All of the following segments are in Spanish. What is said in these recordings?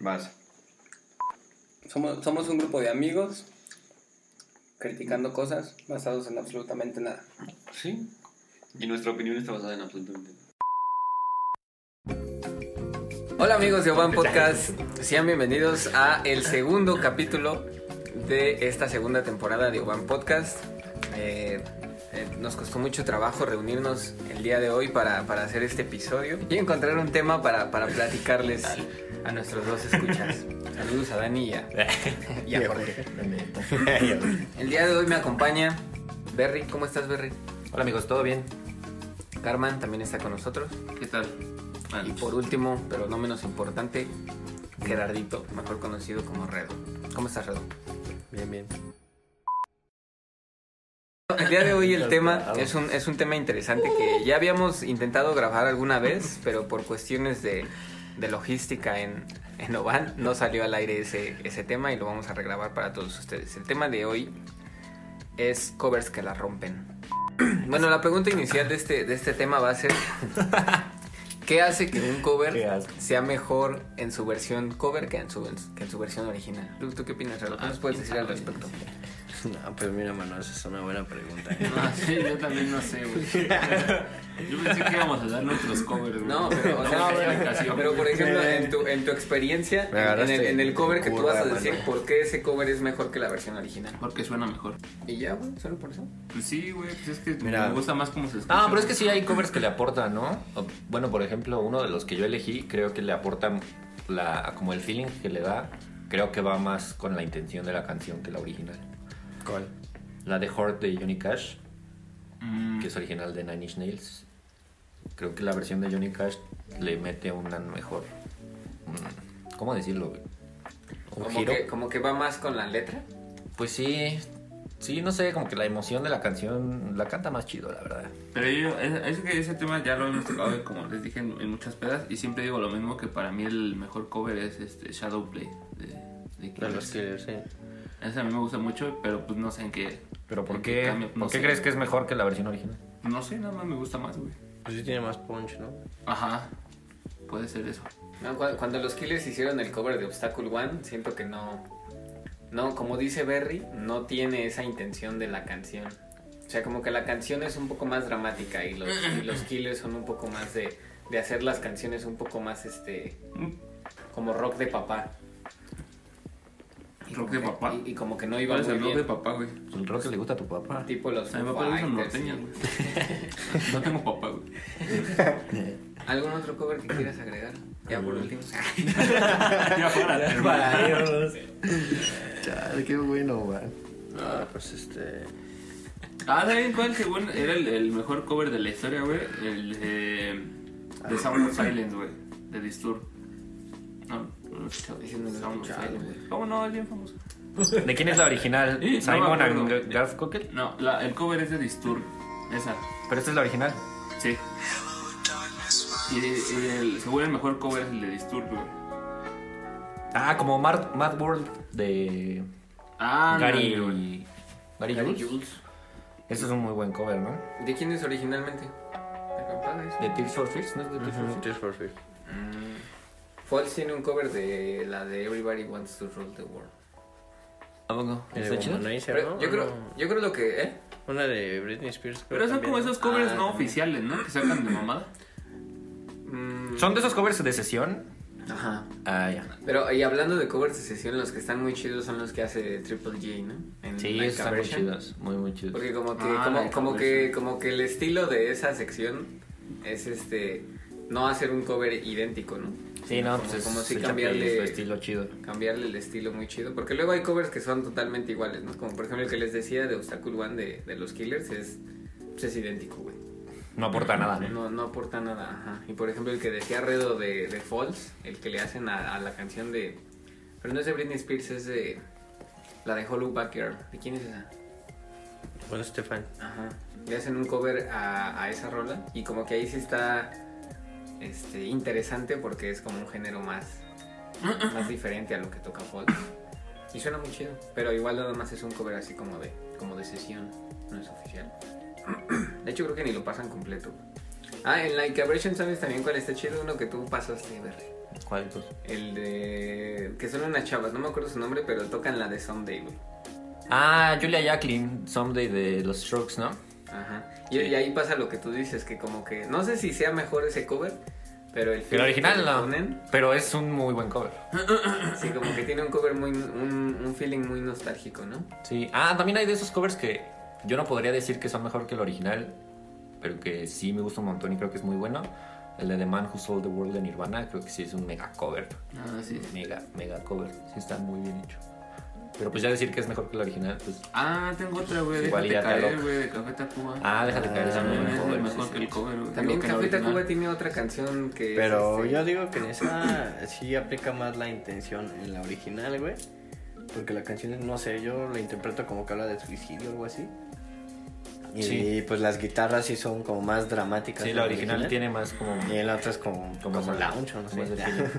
Vas. Somos, somos un grupo de amigos criticando cosas basados en absolutamente nada. Sí. Y nuestra opinión está basada en absolutamente nada. Hola amigos de Oban Podcast, sean bienvenidos a el segundo capítulo de esta segunda temporada de Oban Podcast. Eh, eh, nos costó mucho trabajo reunirnos el día de hoy para, para hacer este episodio y encontrar un tema para, para platicarles a nuestros dos escuchas. Saludos a Dani y a, y a Jorge. El día de hoy me acompaña Berry, ¿cómo estás Berry? Hola amigos, ¿todo bien? Carmen también está con nosotros. ¿Qué tal? Ah, Y por último, pero no menos importante, Gerardito, mejor conocido como Redo. ¿Cómo estás, Redo? Bien, bien. El día de hoy el tema es un, es un tema interesante que ya habíamos intentado grabar alguna vez, pero por cuestiones de, de logística en, en Ovan no salió al aire ese, ese tema y lo vamos a regrabar para todos ustedes. El tema de hoy es covers que la rompen. Bueno, la pregunta inicial de este, de este tema va a ser... ¿Qué hace que un Qué cover asco. sea mejor en su versión cover que en su, que en su versión original? ¿Tú, tú qué opinas, Redo? ¿Qué nos puedes decir al respecto? No, pues mira, mano, esa es una buena pregunta. ¿eh? Ah, sí, yo también no sé, güey. Yo pensé que íbamos a dar nuestros covers, güey. No, pero, o sea, No, pero- explicación, pero, por güey. ejemplo, en tu, en tu experiencia, Me en agarraste el, en el cover que tú curva, vas a decir, mano. ¿por qué ese cover es mejor que la versión original? Porque suena mejor. Y ya, güey, solo por eso. Pues sí, güey, pues es que Mira. me gusta más cómo se escucha. Ah, pero es que sí hay covers que le aportan, ¿no? O- Bueno, por ejemplo, uno de los que yo elegí, creo que le aporta la, como el feeling que le da, creo que va más con la intención de la canción que la original. ¿Cuál? La de Hurt de Johnny Cash, Mm, que es original de Nine Inch Nails, creo que la versión de Johnny Cash le mete una mejor... mm, ¿Cómo decirlo? güey? Un Como giro. que, como que va más con la letra. Pues sí, sí, no sé, como que la emoción de la canción la canta más chido, la verdad. Pero yo, es, es que ese tema ya lo hemos tocado, y como les dije, en, en muchas pedas. Y siempre digo lo mismo, que para mí el mejor cover es este Shadowplay de, de De los Killers. Killers, sí. Ese a mí me gusta mucho, pero pues no sé en qué... Pero ¿por en qué qué, cambia, no ¿por qué sé. crees que es mejor que la versión original? No sé, nada más me gusta más, güey. Pues sí tiene más punch, ¿no? Ajá, puede ser eso. ¿no? Cu- Cuando, los Killers hicieron el cover de Obstacle One, siento que no. No, como dice Berry, no tiene esa intención de la canción. O sea, como que la canción es un poco más dramática y los, y los Killers son un poco más de, de hacer las canciones un poco más este. Mm. como rock de papá. Rock de papá. Y, y como que no iba ¿Cuál muy es el rock de bien. papá, güey? Pues, El rock que le gusta a tu papá. Tipo los A mi papá le Foo gustan Fighters norteñas, y- güey. No tengo papá, güey. ¿Algún otro cover que quieras agregar? Ya por Mm. último. Ya para terminar. Chale, qué bueno, man. No, pues este... Ah, ¿saben cuál según era el, el mejor cover de la historia, güey? El de Ah, The Sound of Silence, güey. De Disturb. No, no lo he escuchado. Ese no lo he Sound of escuchado, Silence. güey. ¿Cómo no? Es bien famoso. ¿De quién es la original? Sí, no ¿Simon me and acuerdo. Gar- Garfunkel? No, la- el cover es de Disturb. Esa. Pero esta es la original. Sí. Y, y el, según el mejor cover es el de Disturb, güey. Ah, como Mad, Mad World de Ah, Gary. no, güey. Gary Gary Jules. Eso es un muy buen cover, ¿no? ¿De quién es originalmente? ¿De Campana eso? De Tears for Fears, ¿no es de Tears for Fears? Tears for Fears. Mm. Falls tiene un cover de la de Everybody Wants to Rule the World. ¿A poco? El ¿Está de chido? Womanizer, Pero ¿no? yo creo, yo creo lo que, ¿eh? Una de Britney Spears. Pero son como esos covers Ah, no también. oficiales, ¿no? Que sacan de mamada. Mm, ¿Son de esos covers de sesión? Ajá. Ah, ya. Pero y hablando de covers de sesión, los que están muy chidos son los que hace Triple J, ¿no? En Sí, Like a esos están muy Version. chidos. Muy, muy chidos. Porque como que, Ah, como, la como cover, que, sí. como que el estilo de esa sección es este no hacer un cover idéntico, ¿no? Sí, no, como, pues es como si el cambiarle, Chapi, su estilo chido. cambiarle el estilo muy chido. Porque luego hay covers que son totalmente iguales, ¿no? Como por ejemplo el que les decía de Obstacle One de, de los Killers es, pues es idéntico, güey. No aporta nada. No, no aporta nada, ajá. Y por ejemplo el que decía Redo de, de Falls, el que le hacen a, a la canción de. Pero no es de Britney Spears, es de. La de Hollow Backyard. ¿De quién es esa? Bueno, Stefan. Ajá. Le hacen un cover a, a esa rola y como que ahí sí está este, interesante porque es como un género más, más diferente a lo que toca folk. Y suena muy chido, pero igual nada más es un cover así como de, como de sesión, no es oficial. De hecho creo que ni lo pasan completo. Ah, en Like a Version, ¿sabes también cuál está chido? Uno que tú pasaste, ver. ¿Cuál entonces? El de eh, que son unas chavas, no me acuerdo su nombre, pero tocan la de Someday, güey. Ah, Julia Jacqueline, Someday de los Strokes, ¿no? Ajá. Y, y ahí pasa lo que tú dices, que como que no sé si sea mejor ese cover, pero el, El film que original le no. ponen, Pero es un muy buen cover. sí, como que tiene un cover muy, un, un feeling muy nostálgico, ¿no? Sí. Ah, también hay de esos covers que yo no podría decir que son mejor que el original, pero que sí me gusta un montón y creo que es muy bueno. El de The Man Who Sold the World de Nirvana, creo que sí es un mega cover. Ah, sí. Mega, mega cover. Sí está muy bien hecho. Pero pues ya decir que es mejor que el original, pues... Ah, tengo otra, güey. Igual Déjate ya te caer, aloca. güey, de Café Tacuba. Ah, déjate caer, es un muy También buen es mejor cover. sí, que sí. el cover, güey. También Digo que Café el original. Tacuba tiene otra canción que es, Pero este, yo digo que en esa sí aplica más la intención en la original, güey. Porque la canción, no sé, yo la interpreto como que habla de suicidio o algo así. Y Sí. pues las guitarras sí son como más dramáticas. Sí, en la original tiene más como... Y en la otra es como, Como como, más- lounge o no como sé. más de feeling.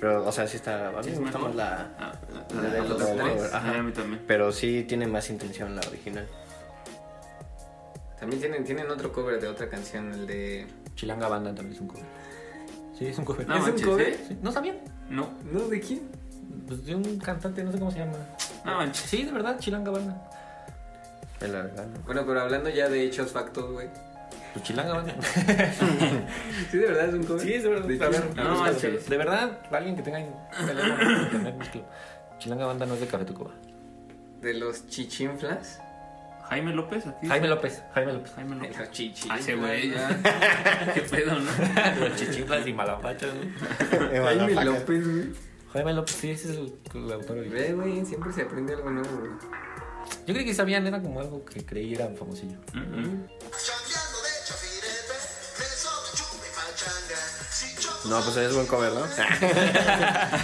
Pero, o sea, sí está... A mí Sí, me es gusta mejor. más la... Ah, la la- del la- otro los cover, tres. ajá. Ah, a mí también. Pero sí tiene más intención la original. también tienen, tienen otro cover de otra canción, el de... Chilanga Banda también es un cover. Sí, es un cover. No ¿Es un manches, cover? ¿eh? Sí, ¿No sabían? No, ¿No? ¿De quién? Pues de un cantante, no sé cómo se llama. no manches. Sí, de verdad, Chilanga Banda. Es la verdad, ¿no? Bueno, pero hablando ya de hechos, factos, güey. Pues Chilanga Banda. Sí, de verdad es un cover. Sí, es verdad. No manches. De verdad, alguien que tenga teléfono, internet, búsquelo. Chilanga Banda no es de Café Tacuba. De los chichinflas. Jaime López aquí. Jaime López, Jaime López. Jaime De López. los Ah, chichinflas. ese güey. ¿no? Qué pedo, ¿no? Los Chichiflas y malapachas. Jaime López, güey. Jaime López, sí, ese es el, el autor original. Ve, güey, siempre se aprende algo nuevo, güey. Yo creí que sabían, era como algo que creí era famosillo. Chambeando de chafirete, me sobra chupa y pachanga. Si choco No, pues es buen cover, ¿no?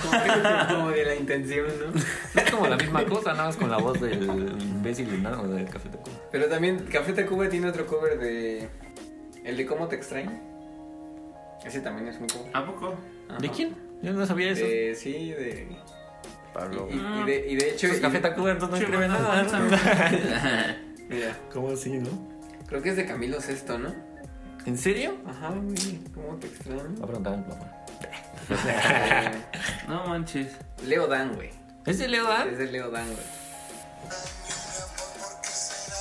Como que- Como de la intención, ¿no? No es como la misma cosa, nada más con la voz del imbécil enano de Café Tacuba. Pero también Café Tacuba tiene otro cover de... El de Cómo te extraño. Ese también es un cover. ¿A poco? Ah, Ajá. ¿De quién? Yo no sabía eso. De- sí, de... Pablo. Y, Ah. y de, y de hecho... Eso es y- Café Tacuba, entonces no Che, escribe bueno, nada. ¿no? mira, ¿Cómo así, no? creo que es de Camilo Sesto, ¿no? ¿En serio? Ajá, güey. ¿Cómo te extraño? Voy a preguntar a mi papá. Eh, No manches. Leo Dan, güey. ¿Es de Leo Dan? Es de Leo Dan, güey. ¿por qué será?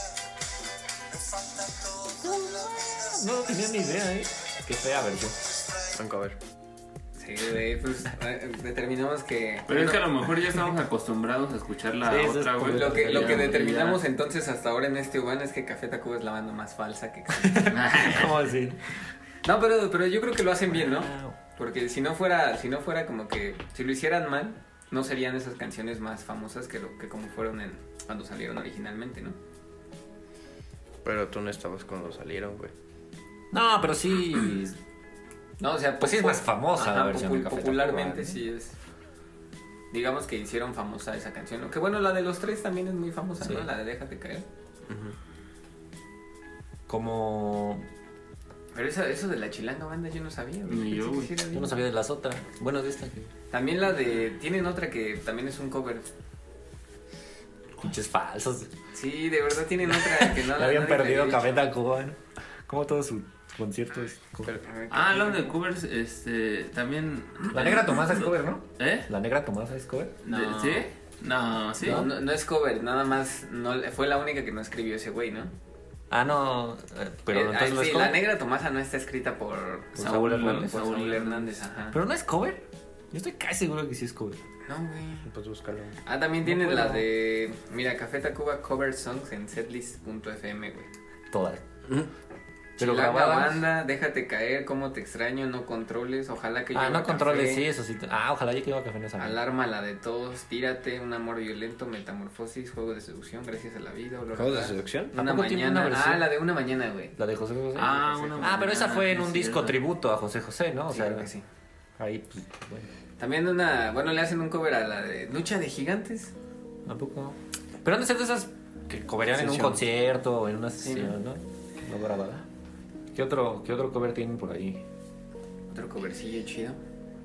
Me falta todo la vida. No, no tenía ni idea, ¿eh? Qué fea versión. Buen cover. Sí, güey, pues eh, determinamos que... Pero es que a bueno, lo mejor ya estamos acostumbrados a escuchar la Sí, eso es otra, como güey. lo que, lo que Ya, determinamos ya. entonces hasta ahora en este Uban es que Café Tacuba es la banda más falsa que existe. ¿Cómo decir? Ah, No, pero, pero yo creo que lo hacen bien, ¿no? Porque si no fuera, si no fuera como que, si lo hicieran mal, no serían esas canciones más famosas que lo que como fueron en cuando salieron originalmente, ¿no? Pero tú no estabas cuando salieron, güey. No, pero sí. No, o sea, Pues sí es popu- más famosa la versión de Café Tacuba, popularmente ¿no? sí es. Digamos que hicieron famosa esa canción. ¿no? Que bueno, la de los tres también es muy famosa, Sí. ¿no? La de Déjate caer. Como. Pero eso, eso de la chilanga banda yo no sabía. güey. Ni yo, Pensé que güey. sí era Yo no bien. sabía de las otras. Bueno, de esta que. También la de. Tienen otra que también es un cover. Pinches falsos. Sí, de verdad tienen otra que no Le habían Ah, nadie me perdido había Café Tacuba, ¿no? Como todos sus conciertos. dicho. Ah, hablando de covers, este, también... La Negra Tomasa es cover, ¿no? ¿Eh? La Negra Tomasa es cover. No. ¿Sí? No, sí. No, no, no es cover, nada más no, le- fue la única que no escribió ese güey, ¿no? Ah, no. eh, Pero Eh, entonces ah, no es sí, cover. La Negra Tomasa no está escrita por Saúl Hernández. por Saúl Hernández, ajá. Pero no es cover. Yo estoy casi seguro que sí es cover. No, güey. Pues búscalo. Ah, también tiene puedo. la de. Mira, Café Tacuba cover songs en setlist.fm, güey. Todas. Pero La grabadas. banda, déjate caer, cómo te extraño, no controles, ojalá que Ah, llueva no controles, café. sí, eso sí. Ah, ojalá yo que iba a café en esa. Alarma la de todos, pírate, un amor violento, metamorfosis, juego de seducción, gracias a la vida, olor a ¿Juegos de paz. seducción? Una ¿Tampoco tiene mañana. una ah, versión? la de una mañana, güey. La de José José. Ah, una Ah, pero esa fue en mañana, un sí, disco ¿verdad? tributo a José José, ¿no? O Sí, sea, creo que sí. ahí, pues, bueno. También una, bueno, le hacen un cover a la de Lucha de Gigantes. Tampoco. Pero han de ser de esas que coverían en un Sesión. concierto o en una Sí, sesión, ¿no? No grabada. ¿Qué otro, ¿Qué otro cover tienen por ahí? Otro covercillo chido.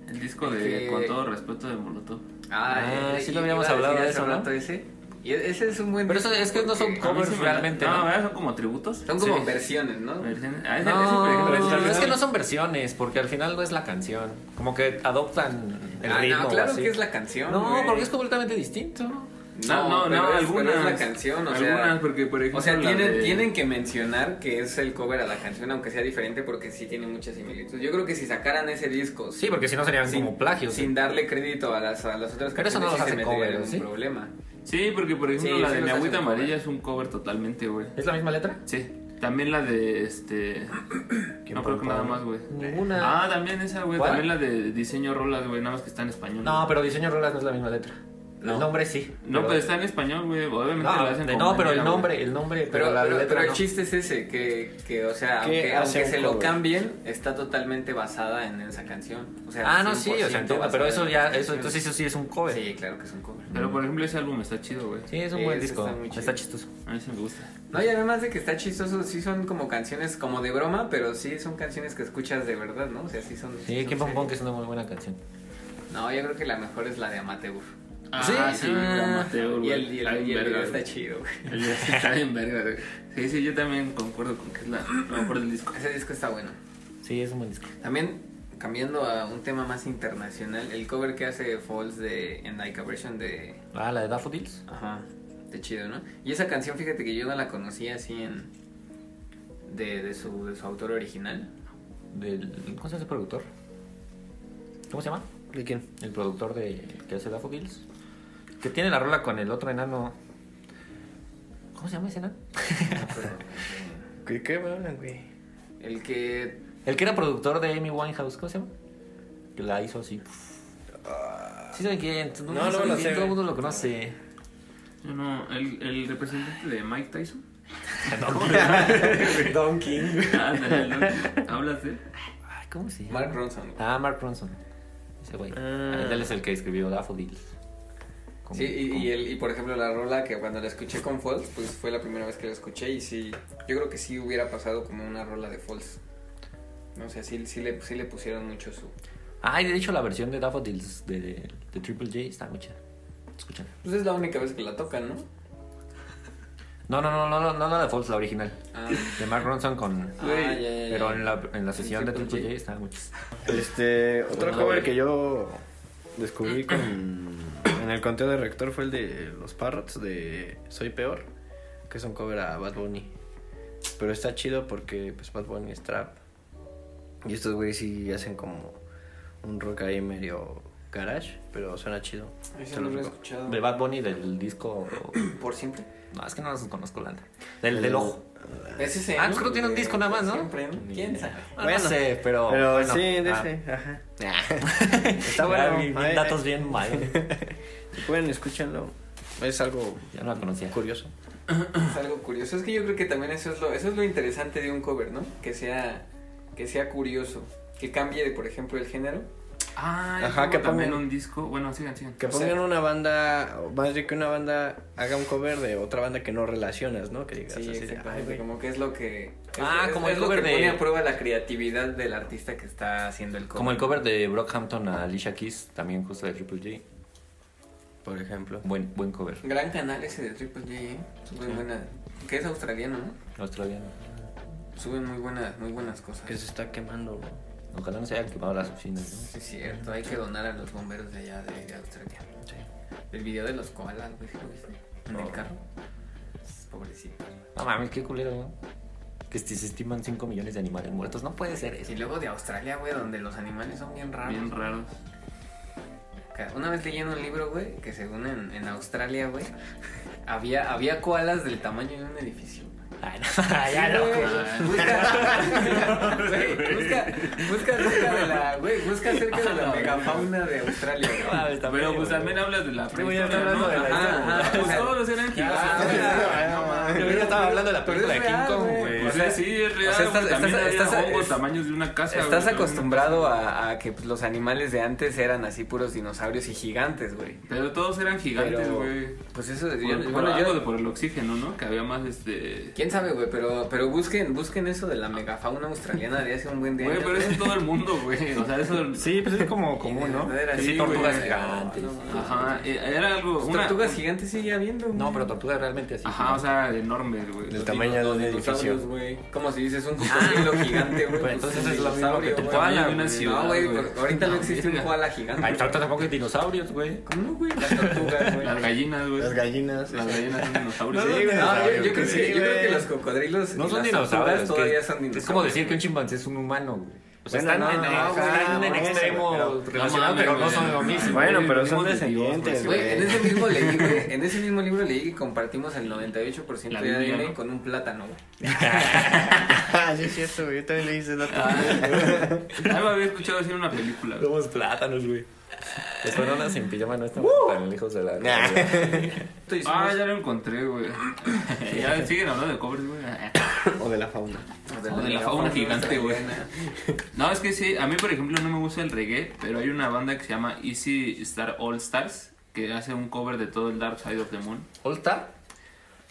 El disco de Que- Con todo respeto de Molotov. Ah, sí lo iba a habíamos decir hablado de hace eso, ¿no? rato ese. Y e- ese es un buen. Pero eso disco es que no son porque A mí Covers sí me- realmente, ¿no? No, ¿verdad? Son como tributos. Son como Sí. versiones, ¿no? Versiones- Ah, ese- ese, por No, ejemplo, es está- que no son versiones, porque al final no es la canción. Como que adoptan el Ah, ritmo no, o claro así. que es la canción. No, güey. porque es completamente distinto. pero No, no, no, es- pero algunas. es la canción, o algunas, sea. porque por ejemplo. O sea, la tienen, de- tienen que mencionar que es el cover a la canción, aunque sea diferente, porque sí tiene muchas similitudes. Yo creo que si sacaran ese disco. Sí, porque si no serían sin- como plagios. ¿eh? Sin darle crédito a las, a las otras Pero eso no los canciones, sí se meterían hace cover, en un ¿sí? problema. Sí, porque por ejemplo Sí, la sí de los Mi hacen Agüita cover. Amarilla es un cover totalmente, güey. ¿Es la misma letra? Sí. También la de este. No creo que nada más, güey. Ninguna. Ah, también esa, güey. ¿Cuál? También la de diseño rolas, güey. Nada más que está en español. No, pero diseño rolas no es la misma letra. El nombre sí. No, pero está en español, güey. Obviamente la No, hacen de- con no, pero el manera, güey. nombre, el nombre, pero, Pero, la pero- letra pero el no. chiste es ese, que, que, o sea, Que aunque, hace aunque un se lo cover. cambien, está totalmente basada en esa canción. O sea, Ah, no, sí, o sea, 100% entiendo, pero basada eso en ya, esa eso, canción. entonces eso sí es un cover. Sí, Sí, claro que es un cover. Pero por ejemplo, ese álbum está chido, güey. es un Sí, buen ese disco, está muy está, chido. chistoso. A mí se me gusta. No, y además de que está chistoso, sí son como canciones como de broma, pero sí son canciones que escuchas de verdad, ¿no? O sea, sí son... Sí, son Kim Pong serias. Pong, que es una muy buena canción. No, yo creo que la mejor es la de Amateur. Ah, Sí. sí, la Mateo, güey. y el, y el- Está bien y el verga, video güey. está chido, güey. El video Está bien verga, güey. Sí, sí, yo también concuerdo con que es la la mejor del disco. Ese disco está bueno. Sí, es un buen disco. También, cambiando a un tema más internacional, el cover que hace Falls de en Like a Version de... Ah, la de Daffodils. Ajá, está chido, ¿no? Y esa canción, fíjate que yo no la conocía así en... De, de su, de su autor original. Del, ¿Cómo se llama el productor? ¿Cómo se llama? ¿De quién? El productor de que hace Daffodils. Que tiene la rola con el otro enano. ¿Cómo se llama ese enano? ¿Qué, qué me hablan, güey? El que... El que era productor de Amy Winehouse, ¿cómo se llama? Que la hizo así. Sí saben quién, no, no saben lo quién, sé, todo el güey. mundo lo conoce. Yo no, el, el representante de Mike Tyson. Don King. Ándale, ¿no? ¿Hablas de? él? Ay, ¿cómo se llama? Mark Ronson. Ah, Mark Ronson. Ese güey. Ah. Él es el que escribió Daffodils. Con- Sí, y, con- y el, y por ejemplo la rola que cuando la escuché con Falls, pues fue la primera vez que la escuché y sí, yo creo que sí hubiera pasado como una rola de Falls. No sé, sí, sí, le, sí le pusieron mucho su... Ah, y de hecho la versión de Daffodils de, de, de Triple J está muy chida. Escúchala. Pues es la única vez que la tocan, ¿no? No, no, no, no, no, no, no la de False, la original. Ah, De Mark Ronson con... ah, ya, ya, ya. Pero en la, en la sesión de Triple Triple J. J está muy chida. Este, otro cover que yo descubrí con, en el conteo de rector fue el de los Parrots de Soy Peor, que es un cover a Bad Bunny. Pero está chido porque pues Bad Bunny es trap. Y estos güeyes sí hacen como un rock ahí medio garage, pero suena chido. Esa Se no los la he reco- escuchado. De Bad Bunny del disco... Por siempre. No, es que no los conozco, la neta. Del, del ojo. Es ese, Ah, ¿no? pues creo que tiene un De- disco nada más, ¿no? Siempre, ¿Quién sabe? Bueno, Ah, no sé, pero... Pero bueno, sí, de ah. ese, ajá. Está bueno. ¿eh? bueno. Ay, ay. datos Ah, bien mal. Si pueden, escúchenlo. Es algo Ya no la conocía. curioso. Es algo curioso. Es que yo creo que también eso es lo, eso es lo interesante de un cover, ¿no? Que sea, que sea curioso. Que cambie de, por ejemplo, el género. Ah, Ajá, Ajá, que que también pongan- un disco. Bueno, sigan, sigan. Que O sea- pongan una banda, o más bien que una banda haga un cover de otra banda que no relacionas, ¿no? Que digas Sí, así de, exactamente, "Ay, güey". como que es lo que... Ah, es- como es el lo que cover de- pone a prueba la creatividad del artista que está haciendo el cover. Como el cover de Brockhampton a Alicia Keys, también justo de Triple Por ejemplo. J. Buen, buen cover. Gran canal ese de Triple J, ¿eh? Suben buena... Que es australiano, ¿no? Australiano. Suben muy buenas, muy buenas cosas. Que se este. está quemando, güey. Ojalá no se hayan quemado las oficinas, Sí, es cierto, hay que donar a los bomberos de allá de, de Australia. El video de los koalas, güey, ¿sí ¿lo viste? En Oh. el carro. Pobrecito. ¿no? No mames, qué culero, ¿no? Que se se estiman 5 millones de animales muertos. No puede ser eso. Y luego de Australia, güey, donde los animales son bien raros. Bien raros. Ca- Una vez leí en un libro, güey, que según en, en Australia, güey, había, había koalas del tamaño de un edificio. Ay, no, ya Güey, loco. Busca, güey, busca, busca cerca de la, güey, busca cerca de Ah, la megafauna de Australia, güey. Mames, también, Pero pues güey. también hablas de la Sí, güey, ya prehistoria, está ¿no? hablando de la historia. Ajá, ajá. Pues todos los eran Ah, gigantes. güey, no mames. Yo ya estaba hablando de la Pero es película de King real, Kong, güey. güey. O sea, sí, es real. o sea, estás- güey, también estás- había estás- hongos es- tamaños de una casa. güey, Estás pero- acostumbrado a, a que pues, los animales de antes eran así puros dinosaurios y gigantes, güey. Pero todos eran gigantes, Pero, güey. Pues eso, yo- Por, por bueno, algo yo- de por el oxígeno, ¿no? Que había más, este... ¿Quién sabe, güey, pero, pero busquen, busquen eso de la megafauna australiana de hace un buen día. Güey, pero eso es todo el mundo, güey. O sea, eso. Sí, pues es como común, ¿no? Era Sí, así, tortugas güey. gigantes. Ajá, eh, era algo. Las una- Tortugas gigantes sigue habiendo. güey. No, pero tortugas realmente así. Ajá, o sea, enormes, güey. Del tamaño de un dinosaurios, edificio. güey. Como si dices un cocodrilo gigante, güey. Ah. Pues entonces es lo mismo que tu un koala, koala, güey. No, güey, güey. por- ahorita no existe un Verga. koala gigante. Ay, tanto tampoco hay dinosaurios, güey. ¿Cómo no, güey? Las tortugas, güey. Las gallinas, güey. Las gallinas. Las gallinas son dinosaurios. No, no, no. Sí, güey. No, yo, yo creo, Sí, que, yo creo que güey. los cocodrilos No y son las dinosaurios. tortugas que todavía son dinosaurios. Es como decir que un güey. chimpancé es un humano, güey. O sea, Bueno, están, no, en, no, están no, en no, extremo pero- relacionados, no pero no mames, son güey. lo mismo. Bueno, pero son Venimos de Dios, descendientes, Güey, en güey. ese mismo leí, güey, en ese mismo libro leí que compartimos el 98% La de Biblia, ADN ¿no? con un plátano, güey. Ah, sí es cierto, güey. Yo también le hice dato. Ah. Algo había escuchado decir en una película. güey. Somos plátanos, güey. Las personas en pijama no están tan lejos de la. Nah. Esto hicimos- Ah, ya lo encontré, güey. ya siguen hablando de covers, güey. O de la fauna. O de la fauna gigante, güey. No, es que sí, a mí por ejemplo no me gusta el reggae, pero hay una banda que se llama Easy Star All Stars que hace un cover de todo el Dark Side of the Moon. All Star.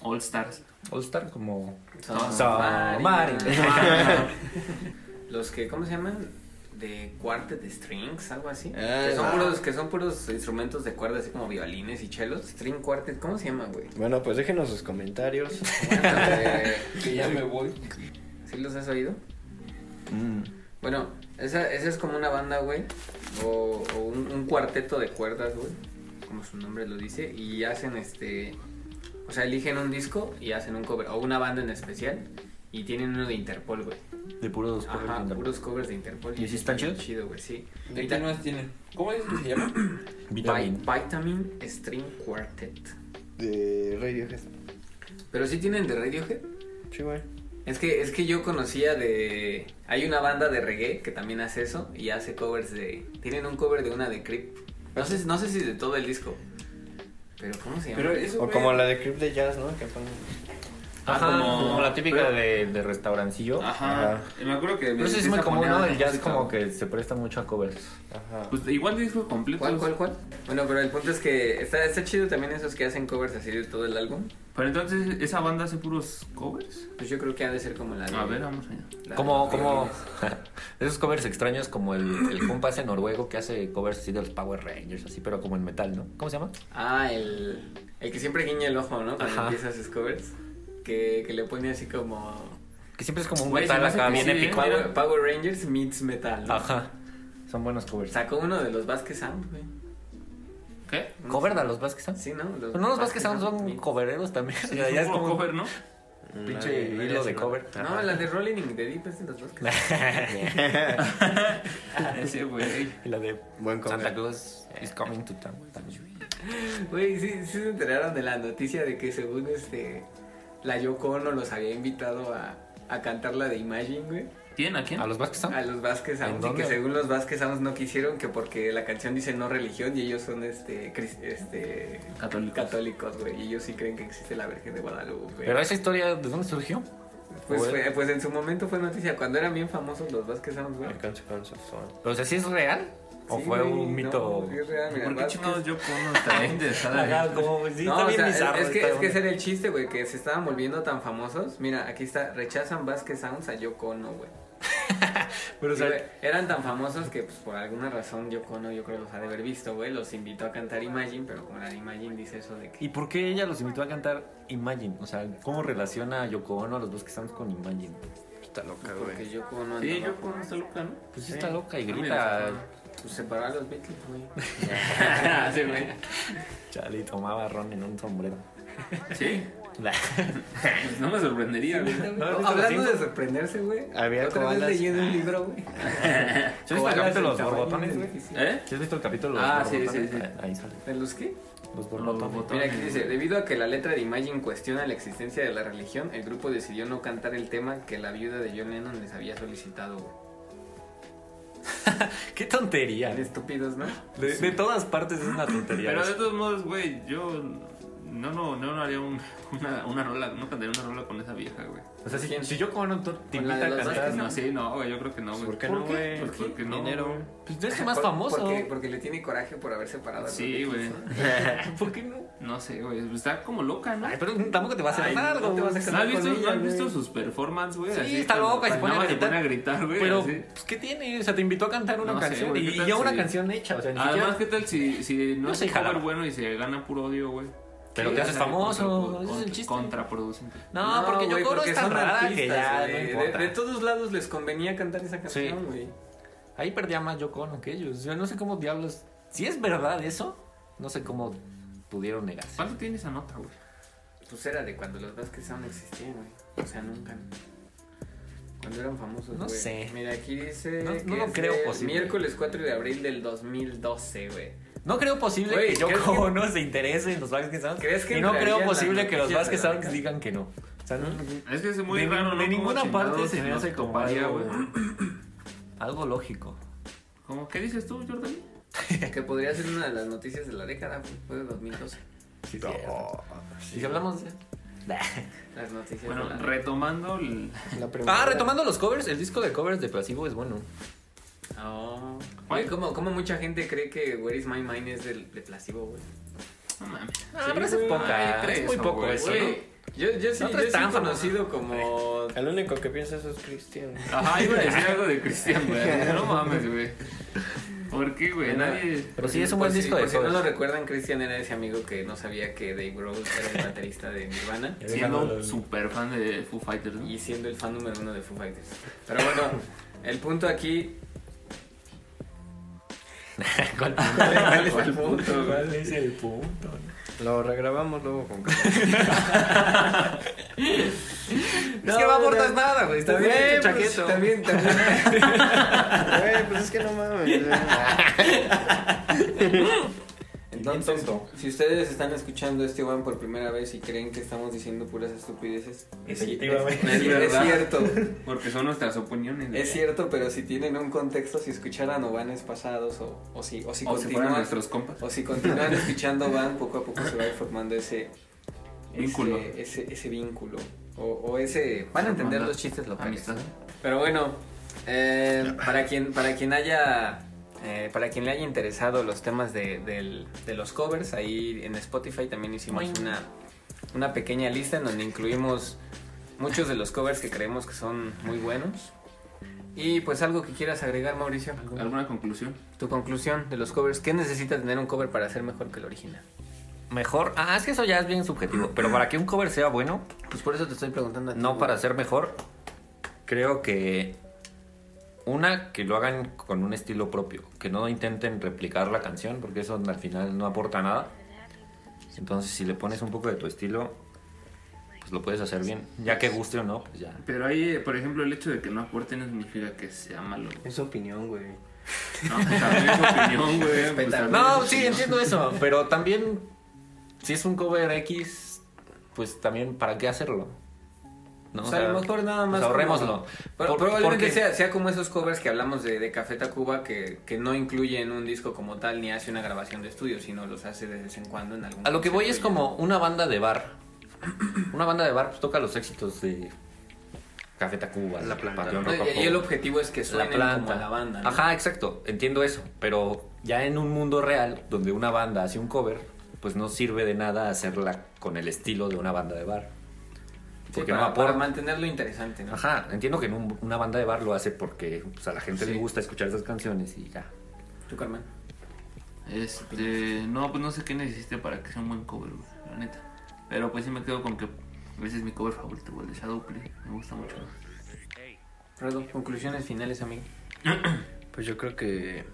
All Stars. All Star como. Somebody. Ah, Los que, ¿cómo se llaman? De cuartet de strings, algo así. Ah, que, son ah. puros, que son puros instrumentos de cuerda, así como violines y chelos. String quartet, ¿cómo se llama, güey? Bueno, pues déjenos sus comentarios. Eh, Que ya me voy. ¿Sí los has oído? Mm. Bueno, esa, esa es como una banda, güey. O, o un, un cuarteto de cuerdas, güey. Como su nombre lo dice. Y hacen este. O sea, eligen un disco y hacen un cover. O una banda en especial. Y tienen uno de Interpol, güey. De puros Ajá, puros covers de Interpol. ¿Y sí están chidos? Chido, güey, sí. ¿De qué más tienen? ¿Cómo es que se llama? Vitamin. Vitamin String Quartet. De Radiohead. Pero sí tienen de Radiohead. Sí, güey. Es que, es que yo conocía de. Hay una banda de reggae que también hace eso y hace covers de. Tienen un cover de una de Creep. No sé, no sé si de todo el disco. Pero ¿cómo se llama? Pero eso, O güey, como la de Crip de Jazz, ¿no? Que ponen. Ajá, Ah, como- como, la típica pero- de, de restaurancillo. Ajá. Ajá. Me acuerdo que... Pero me eso es empieza muy a común, poner ¿no? la El jazz música, como güey. que se presta mucho a covers. Ajá. Pues igual disco completo. ¿Cuál, cuál, cuál? Bueno, pero el punto es que está, está chido también esos que hacen covers así de todo el álbum. Pero entonces, ¿esa banda hace puros covers? Pues yo creo que ha de ser como la de. A ver, vamos allá. la de Como, los como violines. esos covers extraños como el, el compa ese noruego que hace covers así de los Power Rangers, así, pero como en metal, ¿no? ¿Cómo se llama? Ah, el. El que siempre guiña el ojo, ¿no? Cuando Ajá. empieza sus covers. Que, que le pone así como. Que siempre es como un Güey, se metal me hace acá, que bien sí, ¿eh? épico. Mira. güey. Power, Power Rangers meets metal. ¿no? Ajá. Son buenos covers. Sacó uno de los Vasquez Sound, güey. ¿Qué? ¿Cover de los Vasquez Sound? Sí, ¿no? Los Pero no los Vasquez Sound son Beats. covereros también. O sea, Es ya es puro como cover, ¿no? un pinche Nadie- hilo de nadie cover. No, la de Rolling in the Deep es de los Vasquez Sound. Ah, Ese, güey. Y la de Buen cover. Santa Claus is coming to town. también. Güey, sí, sí se enteraron de la noticia de que según este. La Yoko Ono los había invitado a, a cantar la de Imagine, güey. ¿Quién? ¿A quién? ¿A los Vasquez A Sound? los Vasquez ¿En Sound. Y dónde? que según los Vasquez Sound no quisieron que porque la canción dice no religión y ellos son este. cris- este Católicos. Católicos, güey. Y ellos sí creen que existe la Virgen de Guadalupe. Pero esa historia, ¿de dónde surgió? Pues, Bueno. fue- pues en su momento fue noticia. Cuando eran bien famosos los Vasquez Sounds, güey. El consecuencias son. Pero, o sea, ¿sí es real? ¿O Sí, fue güey, un no, mito? sí es real, mira, ¿Por qué Vázquez- chingados yo pongo estaría interesada? Ajá, en- como, sí, No, está o bien sea, es- bizarro. es, que, está es que bien- ese era el chiste, güey, que se estaban volviendo tan famosos. Mira, aquí está, rechazan Vasquez Sounds a Yoko Ono, güey. Pero, o Sí, sea, güey, eran tan famosos que, pues, por alguna razón Yoko Ono, yo creo los ha de haber visto, güey, los invitó a cantar Imagine, pero como la de Imagine dice eso de que... ¿Y por qué ella los invitó a cantar Imagine? O sea, ¿cómo relaciona a Yoko Ono a los dos que están con Imagine? Está Ah, loca, Porque güey. Yoko Ono Sí, andaba yo pongo esta loca, ¿no? Pues sí está loca y Ah, grita. mira, pues, separó a los Beatles, güey. Ah, Sí, güey. Chale, y tomaba ron en un sombrero. Sí. La- Pues No me sorprendería, güey. ¿viste Hablando los de sorprenderse, güey, Había otra vez koalas. leyendo un libro, güey. ¿Sí has visto el Koalas capítulo de los del tamaño borbotones, de- güey? sí. ¿Eh? ¿Sí has visto el capítulo de los Ah, sí, borbotones? sí, sí. Ahí- Ahí sale. ¿De los qué? Los Los borbotones. borbotones. Mira, aquí dice, debido a que la letra de Imagine cuestiona la existencia de la religión, el grupo decidió no cantar el tema que la viuda de John Lennon les había solicitado. güey. ¡Qué tontería! Estúpidos, ¿no? De, de todas partes es una tontería. Pero de todos modos, güey, yo No, no, no, no haría un- una, una rola, no cantaría una rola con esa vieja, güey. O sea, si, si yo como no te te Con la invita de a los cantar, No, sí, no, güey, yo creo que no, güey. ¿Por qué no, güey? Pues porque no. güey. Dinero. pues es el más Por- famoso. Porque, porque le tiene coraje por haber separado. a Sí, Rodríguez, güey. ¿no? ¿Por qué no? No sé, güey. pues Está como loca, ¿no? Ay, pero tampoco te vas a Ay, hacer no algo. te vas a ¿No has casar visto, con ¿no ella, has visto güey. sus performances, güey? Sí, Así está cuando- loca y se pone nada a más se pone a gritar. gritar, güey. Pero, así. pues, ¿qué tiene? O sea, te invitó a cantar una No sé, canción. güey, ¿qué y tal ya una si- canción hecha, o sea, ni Además, siquiera. ¿qué tal si, si no Yo es soy un cover jala. bueno y se gana puro odio, güey? Pero Sí, te haces o sea, famoso, contraprodu- ese es el contra- chiste. Contraproducente. No, porque yo güey, cobro es tan son rara que artistas, ya güey. no De- importa. de, todos lados les convenía cantar esa Sí. canción, güey. Ahí perdía más yo con que ellos. Yo no sé cómo diablos. Si es verdad eso, no sé cómo pudieron negarse. ¿Cuánto tiene esa nota, güey? Pues era de cuando los Vázquez aún existían, güey. O sea, nunca. Cuando eran famosos, No güey. sé. Mira, aquí dice. No- no que lo es creo de posible. Miércoles 4 de abril del 2012, güey. No creo posible Güey, que yo ¿crees como no se interese en los Vázquez Sounds. ¿Crees que y no entraría en creo la posible que los noticia Vázquez de la Sounds casa? digan que no. O sea, no- Es que es muy de, raro, ¿no? de Cómo ninguna chingados parte se me nos hace como toparía, algo, güey. algo lógico. ¿Cómo? ¿Qué dices tú, Jordan? Que podría ser una de las noticias de la década, güey, fue de 2012. Sí, No, cierto. sí. Y si hablamos de... Las noticias Bueno, de la retomando el... Ah, retomando los covers, el disco de covers de Placebo es bueno. Oh. ¿Cuál? Güey, ¿cómo, cómo mucha gente cree que Where is my mind es del, de placebo, güey? No mames. Ah, pero es poca, Ay, es muy eso, poco güey. eso. Güey, yo, yo sí, No yo traes sí tan famoso. conocido como... El único que piensa eso es Cristian. Ajá, iba a decir algo de Cristian, güey. No mames, güey. ¿Por qué, güey? Bueno, Nadie... Pero sí, es un buen Por si- disco por de si no covers. lo recuerdan, Christian era ese amigo que no sabía que Dave Grohl era el baterista de Nirvana. Siendo un super fan de Foo Fighters, ¿no? y siendo el fan número uno de Foo Fighters. Pero bueno, el punto aquí. ¿Cuál ¿Cuál es el punto? güey? es el punto? Lo regrabamos luego con es que no aportas nada, güey. Está bien, Güey, pinche pues, chaqueto. También, también. Güey, pues es que no mames. Entonces, tonto. si ustedes están escuchando este van por primera vez y creen que estamos diciendo puras estupideces, es, es- Efectivamente. es- Es es verdad. cierto. Porque son nuestras opiniones. güey. Es cierto, pero si tienen un contexto, si escucharan Obanes pasados o, o si, o si O si fueran continúan nuestros compas. o si continúan escuchando van, poco a poco se va a ir formando ese Vínculo. ese, ese, ese vínculo o, o ese van a entender Hermandad. los chistes locales. Amistad. Pero bueno, eh, para quien para quien haya eh, para quien le haya interesado los temas de, del- de los covers, ahí en Spotify también hicimos una, una pequeña lista en donde incluimos muchos de los covers que creemos que son muy buenos. Y pues algo que quieras agregar, Mauricio. ¿Alguna conclusión? Tu conclusión de los covers. ¿Qué necesita tener un cover para ser mejor que el original? Mejor. Ah, es que eso ya es bien subjetivo. Pero para que un cover sea bueno, Pues por eso te estoy preguntando a ti, no güey. para ser mejor, creo que. Una, que lo hagan con un estilo propio. Que no intenten replicar la canción, porque eso al final no aporta nada. Entonces, si le pones un poco de tu estilo, pues lo puedes hacer bien. Ya que guste o no, pues ya. Pero ahí, eh, por ejemplo, el hecho de que no aporte no significa que sea malo. güey. Es opinión, güey. No, pues también es opinión, güey. pues también No, es sí, opinión. entiendo eso, pero también si es un cover X, pues también para qué hacerlo. ¿No? O sea, a lo mejor nada más. pues ahorrémoslo. como- Pero Por- probablemente porque- sea, sea como esos covers que hablamos de, de Café Tacuba que, que no incluyen un disco como tal ni hace una grabación de estudio, sino los hace de vez en cuando en algún. A lo que voy es concierto como una banda de bar. Una banda de bar pues, toca los éxitos de Café Tacuba, La de Planta. Panteón y ya. No, y- Rococó, y el objetivo es que la suenen como planta. a la banda. ¿no? Ajá, exacto, entiendo eso, pero ya en un mundo real donde una banda hace un cover, pues no sirve de nada hacerla con el estilo de una banda de bar. Sí, Porque para, no aporta. para mantenerlo interesante, ¿no? Ajá, entiendo que en un- una banda de bar lo hace porque pues, a la gente Sí. le gusta escuchar esas canciones y ya. Tú, Carmen. Este, no, pues no sé qué necesite para que sea un buen cover, güey, la neta. Pero pues sí me quedo con que ese es mi cover favorito, güey, el de Shadowplay. Me gusta mucho. Fredo, conclusiones finales, amigo. Pues yo creo que.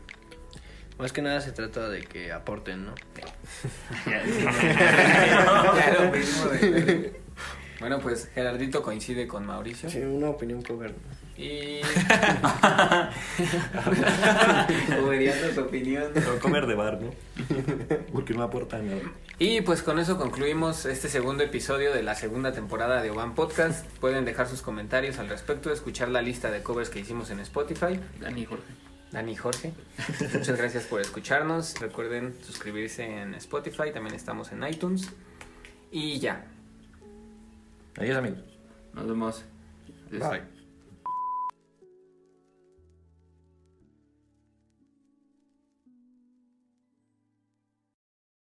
Más que nada se trata de que aporten, ¿no? Claro, mismo de- Bueno, pues Gerardito coincide con Mauricio. una opinión cover. Y. Cubriendo su opinión. comer de bar, ¿no? Porque no aporta nada. Y pues con eso concluimos este segundo episodio de la segunda temporada de Oban Podcast. Pueden dejar sus comentarios al respecto, escuchar la lista de covers que hicimos en Spotify. Dani y Jorge. Dani y Jorge, muchas gracias por escucharnos. Recuerden suscribirse en Spotify, también estamos en iTunes. Y ya. Adiós, amigos. Nos vemos. Adiós. Bye.